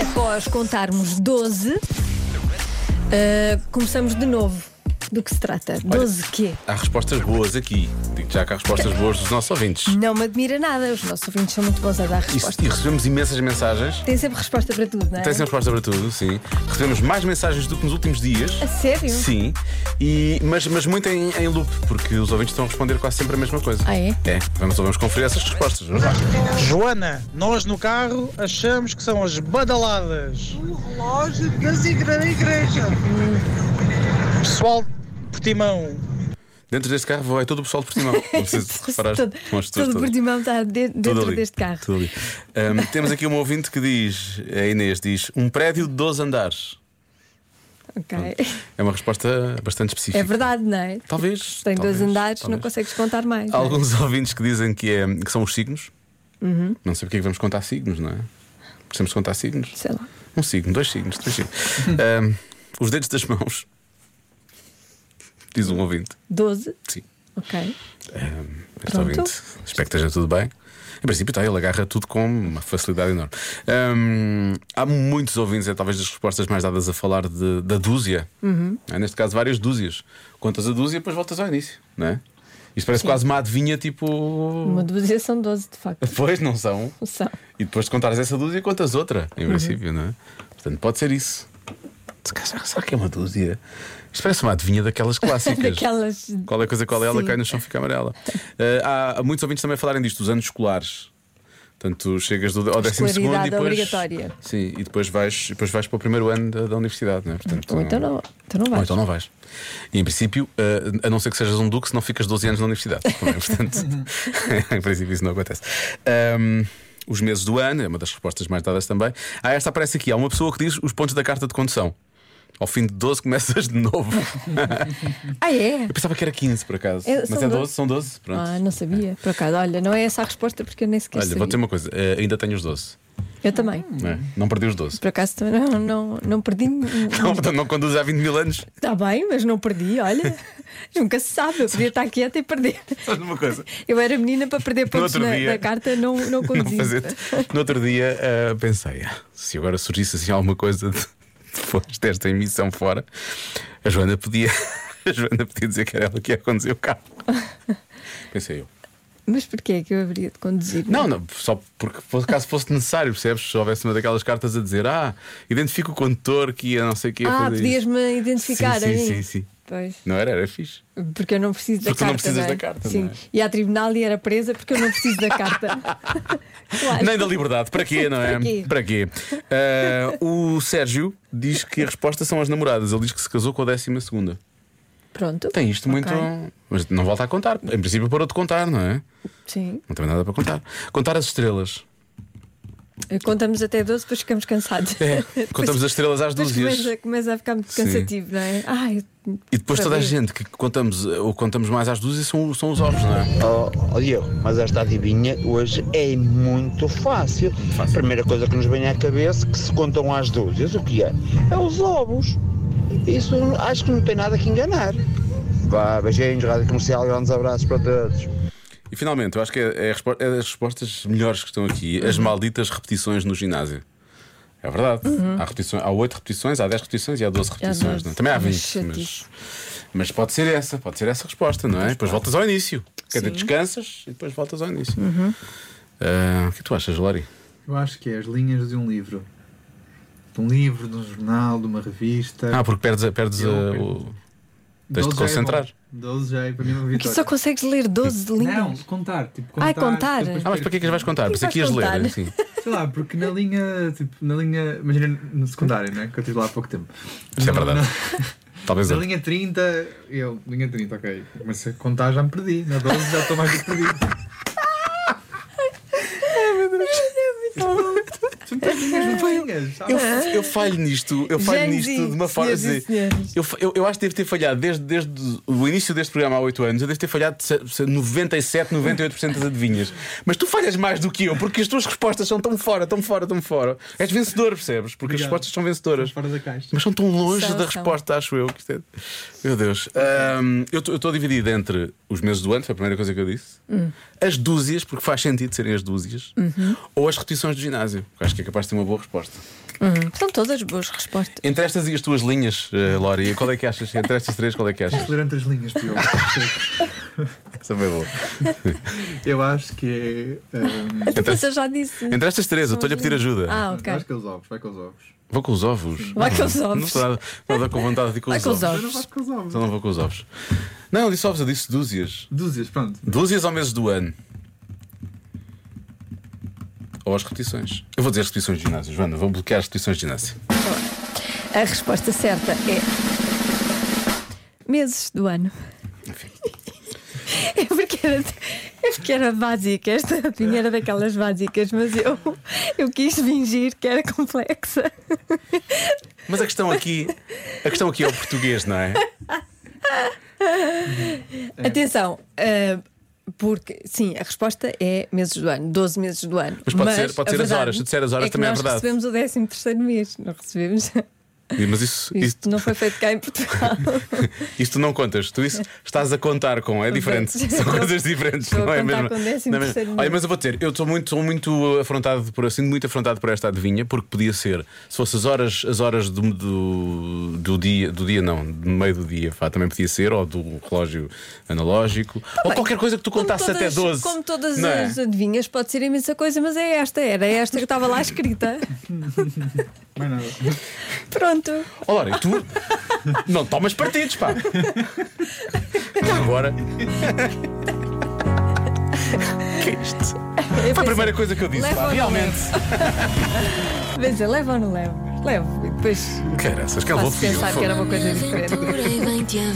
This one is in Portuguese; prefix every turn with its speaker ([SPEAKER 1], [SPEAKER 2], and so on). [SPEAKER 1] Após contarmos 12, ah, começamos de novo. Do que se trata? 12 quê?
[SPEAKER 2] Há respostas boas aqui. Digo já que há respostas boas dos nossos ouvintes.
[SPEAKER 1] Não me admira nada, os nossos ouvintes são muito bons a dar
[SPEAKER 2] E,
[SPEAKER 1] resposta.
[SPEAKER 2] e recebemos imensas mensagens.
[SPEAKER 1] Tem sempre resposta para tudo, não é?
[SPEAKER 2] Tem sempre resposta para tudo, sim. Recebemos mais mensagens do que nos últimos dias.
[SPEAKER 1] A sério?
[SPEAKER 2] Sim. E, mas, mas muito em, em loop, porque os ouvintes estão a responder quase sempre a mesma coisa.
[SPEAKER 1] Ah, é?
[SPEAKER 2] É. Vamos, vamos conferir essas respostas. Vamos lá.
[SPEAKER 3] Joana, nós no carro achamos que são as badaladas.
[SPEAKER 4] um relógio das igre- da igreja.
[SPEAKER 3] Pessoal de Portimão,
[SPEAKER 2] Dentro deste carro vai todo o pessoal de Portimão. Não preciso reparar as
[SPEAKER 1] Todo,
[SPEAKER 2] pessoas
[SPEAKER 1] todo
[SPEAKER 2] todas.
[SPEAKER 1] Portimão está de-
[SPEAKER 2] Tudo
[SPEAKER 1] dentro
[SPEAKER 2] ali,
[SPEAKER 1] deste carro.
[SPEAKER 2] tudo ali. Ahm, temos aqui um ouvinte que diz, a Inês diz, um prédio de 12 andares.
[SPEAKER 1] Ok.
[SPEAKER 2] É uma resposta bastante específica.
[SPEAKER 1] É verdade, não é?
[SPEAKER 2] Talvez.
[SPEAKER 1] Tem
[SPEAKER 2] talvez,
[SPEAKER 1] dois andares,
[SPEAKER 2] talvez.
[SPEAKER 1] não consegues contar mais.
[SPEAKER 2] Há
[SPEAKER 1] não é?
[SPEAKER 2] alguns ouvintes que dizem que, é, que são os signos. Não sei porque é que vamos contar signos, não é? Precisamos contar signos?
[SPEAKER 1] Sei lá.
[SPEAKER 2] Um signo, dois signos, três signos. Ahm, os dedos das mãos. Diz um ouvinte.
[SPEAKER 1] 12,
[SPEAKER 2] Sim.
[SPEAKER 1] ok.
[SPEAKER 2] Ahm, este
[SPEAKER 1] Pronto.
[SPEAKER 2] ouvinte. Espero que esteja tudo bem. Em princípio, está, ele agarra tudo com uma facilidade enorme. Ahm, há muitos ouvintes, é talvez das respostas mais dadas a falar de- da dúzia. Não é? Neste caso, várias dúzias. Contas a dúzia e depois voltas ao início, não é? Isto parece quase uma adivinha tipo.
[SPEAKER 1] Uma dúzia são 12, de facto.
[SPEAKER 2] Pois, não são.
[SPEAKER 1] São.
[SPEAKER 2] E depois de contares essa dúzia, contas outra,
[SPEAKER 1] Uhum.
[SPEAKER 2] em princípio, não é? Portanto, pode ser isso. Se calhar, Será será que é uma dúzia? Isto parece uma adivinha daquelas clássicas.
[SPEAKER 1] Daquelas.
[SPEAKER 2] Qual é a coisa, qual é ela,
[SPEAKER 1] Sim.
[SPEAKER 2] cai no chão, fica amarela. Eh, há, há muitos ouvintes também a falarem disto, dos anos escolares. Portanto, chegas do, ao décimo segundo e
[SPEAKER 1] Escolaridade
[SPEAKER 2] depois.
[SPEAKER 1] obrigatória.
[SPEAKER 2] Sim, e depois vais, depois vais para o primeiro ano da, da universidade, não é? Portanto,
[SPEAKER 1] Ou então não, então não
[SPEAKER 2] ou
[SPEAKER 1] vais.
[SPEAKER 2] então não vais. E em princípio, eh, a não ser que sejas um duque, se não ficas 12 anos na universidade. Também, portanto, em princípio, isso não acontece. Ahm, os meses do ano, é uma das respostas mais dadas também. Ah, esta aparece aqui. Há uma pessoa que diz os pontos da carta de condução. Ao fim de 12 começas de novo.
[SPEAKER 1] Ah, é?
[SPEAKER 2] Eu pensava que era 15, por acaso.
[SPEAKER 1] É,
[SPEAKER 2] Mas
[SPEAKER 1] são
[SPEAKER 2] é
[SPEAKER 1] 12.
[SPEAKER 2] 12, são 12. Pronto.
[SPEAKER 1] Ah, não sabia. Por acaso, olha, não é essa a resposta porque eu nem sequer
[SPEAKER 2] Olha,
[SPEAKER 1] sabia.
[SPEAKER 2] vou dizer uma coisa, eh, ainda tenho os 12.
[SPEAKER 1] Eu também.
[SPEAKER 2] Não, é? Não perdi os 12.
[SPEAKER 1] Por acaso também não, não, não perdi.
[SPEAKER 2] Não, portanto, não conduz há 20 mil anos.
[SPEAKER 1] Está bem, mas não perdi, olha. Nunca se sabe, eu podia estar quieta e perder.
[SPEAKER 2] Sabes uma coisa?
[SPEAKER 1] Eu era menina para perder pontos
[SPEAKER 2] outro
[SPEAKER 1] na,
[SPEAKER 2] dia-
[SPEAKER 1] na carta, não, não
[SPEAKER 2] Não
[SPEAKER 1] conduzia.
[SPEAKER 2] fazer. No outro dia ah, pensei, ah, se agora surgisse assim alguma coisa de- depois desta emissão fora, a Joana podia. A Joana podia dizer que era ela que ia conduzir o carro. Pensei eu.
[SPEAKER 1] Mas porquê é que eu haveria de conduzir?
[SPEAKER 2] Não, não, só porque fosse- caso fosse necessário, percebes? Se houvesse uma daquelas cartas a dizer, ah, identifica o condutor que ia não sei o que ia
[SPEAKER 1] Ah,
[SPEAKER 2] fazer. isto."
[SPEAKER 1] podias-me identificar
[SPEAKER 2] sim,
[SPEAKER 1] aí.
[SPEAKER 2] sim, sim, sim.
[SPEAKER 1] Pois,
[SPEAKER 2] Não era, era fixe.
[SPEAKER 1] porque eu não preciso da
[SPEAKER 2] Porque tu não
[SPEAKER 1] carta.
[SPEAKER 2] precisas
[SPEAKER 1] é?
[SPEAKER 2] da carta,
[SPEAKER 1] Sim.
[SPEAKER 2] não é?
[SPEAKER 1] E à tribunal e era presa porque eu não preciso da carta. claro.
[SPEAKER 2] Nem da liberdade, para quê, não é?
[SPEAKER 1] Ah, Para quê?
[SPEAKER 2] Para quê? Ah, o Sérgio diz que a resposta são as namoradas. Ele diz que se casou com a décima segunda.
[SPEAKER 1] Pronto.
[SPEAKER 2] Tem isto muito.
[SPEAKER 1] Ok.
[SPEAKER 2] Mas não volta a contar. Em princípio parou de contar, não é?
[SPEAKER 1] Sim.
[SPEAKER 2] Não tem nada para contar. Contar as estrelas.
[SPEAKER 1] Contamos até 12, depois ficamos cansados.
[SPEAKER 2] É.
[SPEAKER 1] Depois-
[SPEAKER 2] Contamos as estrelas às
[SPEAKER 1] depois
[SPEAKER 2] dúzias.
[SPEAKER 1] Começa, começa a ficar muito
[SPEAKER 2] Sim.
[SPEAKER 1] cansativo, não é? Ai,
[SPEAKER 2] E depois
[SPEAKER 1] para
[SPEAKER 2] toda a
[SPEAKER 1] ver.
[SPEAKER 2] gente que contamos ou contamos mais às dúzias são, são os ovos, não é?
[SPEAKER 5] Oh, oh Diogo, mas esta adivinha hoje é muito fácil.
[SPEAKER 2] Fácil.
[SPEAKER 5] Primeira coisa que nos vem à cabeça, que se contam às dúzias, o que é? É os ovos. Isso acho que não tem nada que enganar. Vá, beijinhos, Rádio Comercial, grandes abraços para todos.
[SPEAKER 2] E finalmente, eu acho que é, é a respo- é das respostas melhores que estão aqui. As malditas repetições no ginásio. É verdade. Há, repetições, há 8 repetições, há 10 repetições e há 12 repetições.
[SPEAKER 1] 12.
[SPEAKER 2] não é? Também há
[SPEAKER 1] É uma
[SPEAKER 2] 20.
[SPEAKER 1] chatice.
[SPEAKER 2] Mas, mas pode ser essa, pode ser essa a resposta, não é? Depois voltas ao início. Quer dizer,
[SPEAKER 1] Sim.
[SPEAKER 2] descansas e depois voltas ao início. Ah, o que tu achas, Lori?
[SPEAKER 6] Eu acho que é as linhas de um livro. De um livro, de um jornal, de uma revista.
[SPEAKER 2] Ah, porque perdes, perdes
[SPEAKER 6] Eu
[SPEAKER 2] ah,
[SPEAKER 6] perco.
[SPEAKER 2] o. tens de
[SPEAKER 6] Doze já é
[SPEAKER 2] concentrar.
[SPEAKER 6] bom. Doze já é para mim uma
[SPEAKER 1] Aqui
[SPEAKER 2] Então
[SPEAKER 6] vitória.
[SPEAKER 1] só consegues ler 12
[SPEAKER 6] Não,
[SPEAKER 1] linhas.
[SPEAKER 6] contar. Tipo, contar
[SPEAKER 1] Ai, contar.
[SPEAKER 6] depois
[SPEAKER 2] Ah, mas para que é que as vais contar? Por isso
[SPEAKER 1] vais
[SPEAKER 2] aqui ias
[SPEAKER 1] contar?
[SPEAKER 2] ler. Sim.
[SPEAKER 6] Sei lá, porque na linha, tipo, na linha, imagina no secundário, né? Que eu estive lá há pouco tempo.
[SPEAKER 2] Isso é
[SPEAKER 6] Na-
[SPEAKER 2] verdade.
[SPEAKER 6] na-
[SPEAKER 2] Talvez
[SPEAKER 6] Na
[SPEAKER 2] eu.
[SPEAKER 6] linha 30, eu, linha 30, ok. Comecei a contar, já me perdi. Na 12 já estou mais do que perdido.
[SPEAKER 1] É
[SPEAKER 2] É
[SPEAKER 6] Tu não tens linhas, não tens linhas, sabe?
[SPEAKER 2] Eu, eu falho nisto, eu falho
[SPEAKER 1] Gen Z,
[SPEAKER 2] nisto de uma forma.
[SPEAKER 1] É. senhoras e
[SPEAKER 2] quer dizer,
[SPEAKER 1] senhores.
[SPEAKER 2] Eu, fa- eu, eu acho que devo ter falhado desde, desde o início deste programa há 8 anos, eu devo ter falhado se- se- 97, 98% das adivinhas. Mas tu falhas mais do que eu, porque as tuas respostas são tão fora, tão fora, tão fora. És vencedor, percebes? Porque as
[SPEAKER 6] Obrigado.
[SPEAKER 2] respostas são vencedoras.
[SPEAKER 6] Fora da caixa.
[SPEAKER 2] Mas são tão longe
[SPEAKER 1] São,
[SPEAKER 2] da
[SPEAKER 1] são.
[SPEAKER 2] resposta, acho eu. que isto é- Meu Deus. Ahm, eu estou dividido entre os meses do ano, foi a primeira coisa que eu disse,
[SPEAKER 1] Hum.
[SPEAKER 2] as dúzias, porque faz sentido serem as dúzias, ou as repetições do ginásio, porque acho que é capaz de ter uma boa resposta.
[SPEAKER 1] Uhum. São todas boas respostas.
[SPEAKER 2] Entre estas e as tuas linhas, eh, Lori, qual é que achas? Entre estas três, qual é que achas?
[SPEAKER 6] Escolher entre as linhas, Diogo.
[SPEAKER 2] Essa foi boa.
[SPEAKER 6] Eu acho que é. hum,
[SPEAKER 2] Então,
[SPEAKER 1] Mas eu já disse.
[SPEAKER 2] Entre estas três, eu estou-lhe a pedir ajuda.
[SPEAKER 1] Ah, ok.
[SPEAKER 6] Acho que é os ovos, vai com os ovos.
[SPEAKER 2] Vou com os ovos.
[SPEAKER 1] Vai com os
[SPEAKER 2] Não
[SPEAKER 1] ovos.
[SPEAKER 2] estou nada, nada com vontade de ir com
[SPEAKER 1] Vai
[SPEAKER 2] os
[SPEAKER 1] com os
[SPEAKER 2] ovos.
[SPEAKER 6] Eu não
[SPEAKER 1] ovos.
[SPEAKER 6] faço com os ovos.
[SPEAKER 2] Então não vou com os ovos. Não, eu disse ovos, eu disse dúzias.
[SPEAKER 6] Dúzias, pronto.
[SPEAKER 2] Dúzias ao meses do ano. Ou às repetições. Eu vou dizer as repetições de ginásio, Joana, vou bloquear as repetições de ginásio.
[SPEAKER 1] A resposta certa é. Meses do ano.
[SPEAKER 2] Enfim.
[SPEAKER 1] É porque era, é porque era básica, esta opinião era daquelas básicas, mas eu, eu quis fingir que era complexa.
[SPEAKER 2] Mas a questão aqui, a questão aqui é o português, não é?
[SPEAKER 1] Atenção, ah, porque sim, a resposta é meses do ano, 12 meses do ano.
[SPEAKER 2] Mas pode ser- pode
[SPEAKER 1] a
[SPEAKER 2] ser as
[SPEAKER 1] verdade
[SPEAKER 2] horas, se disser as horas
[SPEAKER 1] é que
[SPEAKER 2] também é
[SPEAKER 1] nós
[SPEAKER 2] verdade.
[SPEAKER 1] Recebemos o 13 terceiro mês, não recebemos.
[SPEAKER 2] Mas isso, isso,
[SPEAKER 1] Isto não foi feito cá em Portugal.
[SPEAKER 2] isso tu não contas, tu isso estás a contar com, é diferente. São
[SPEAKER 1] Estou-
[SPEAKER 2] coisas diferentes,
[SPEAKER 1] estou a
[SPEAKER 2] não é
[SPEAKER 1] contar
[SPEAKER 2] mesmo?
[SPEAKER 1] com décimo
[SPEAKER 2] Não é mesmo?
[SPEAKER 1] terceiro
[SPEAKER 2] Olha,
[SPEAKER 1] mês.
[SPEAKER 2] mas eu vou dizer, eu estou muito, sou muito afrontado por assim, muito afrontado por esta adivinha, porque podia ser, se fosse as horas, as horas do, do, do dia, do dia não, do meio do dia, pá, também podia ser, ou do relógio analógico, ou qualquer coisa que tu
[SPEAKER 1] Tá Como
[SPEAKER 2] contasses até
[SPEAKER 1] todas-
[SPEAKER 2] 12.
[SPEAKER 1] Como todas
[SPEAKER 2] não é?
[SPEAKER 1] as adivinhas, pode ser imensa coisa, mas é esta, era esta que estava lá escrita.
[SPEAKER 6] Mais nada.
[SPEAKER 1] Pronto.
[SPEAKER 2] Ó, Laura, e tu não tomas partidos, pá. Agora. que é isto?
[SPEAKER 1] Eu
[SPEAKER 2] Foi a
[SPEAKER 1] pensei,
[SPEAKER 2] primeira coisa que eu disse,
[SPEAKER 1] Leva
[SPEAKER 2] pá.
[SPEAKER 1] ou não
[SPEAKER 2] Realmente.
[SPEAKER 1] Veja, leva ou não levo? Levo. E depois
[SPEAKER 2] Caraças, que
[SPEAKER 1] faço pensar que era uma coisa diferente.
[SPEAKER 7] Aventura e vem-te a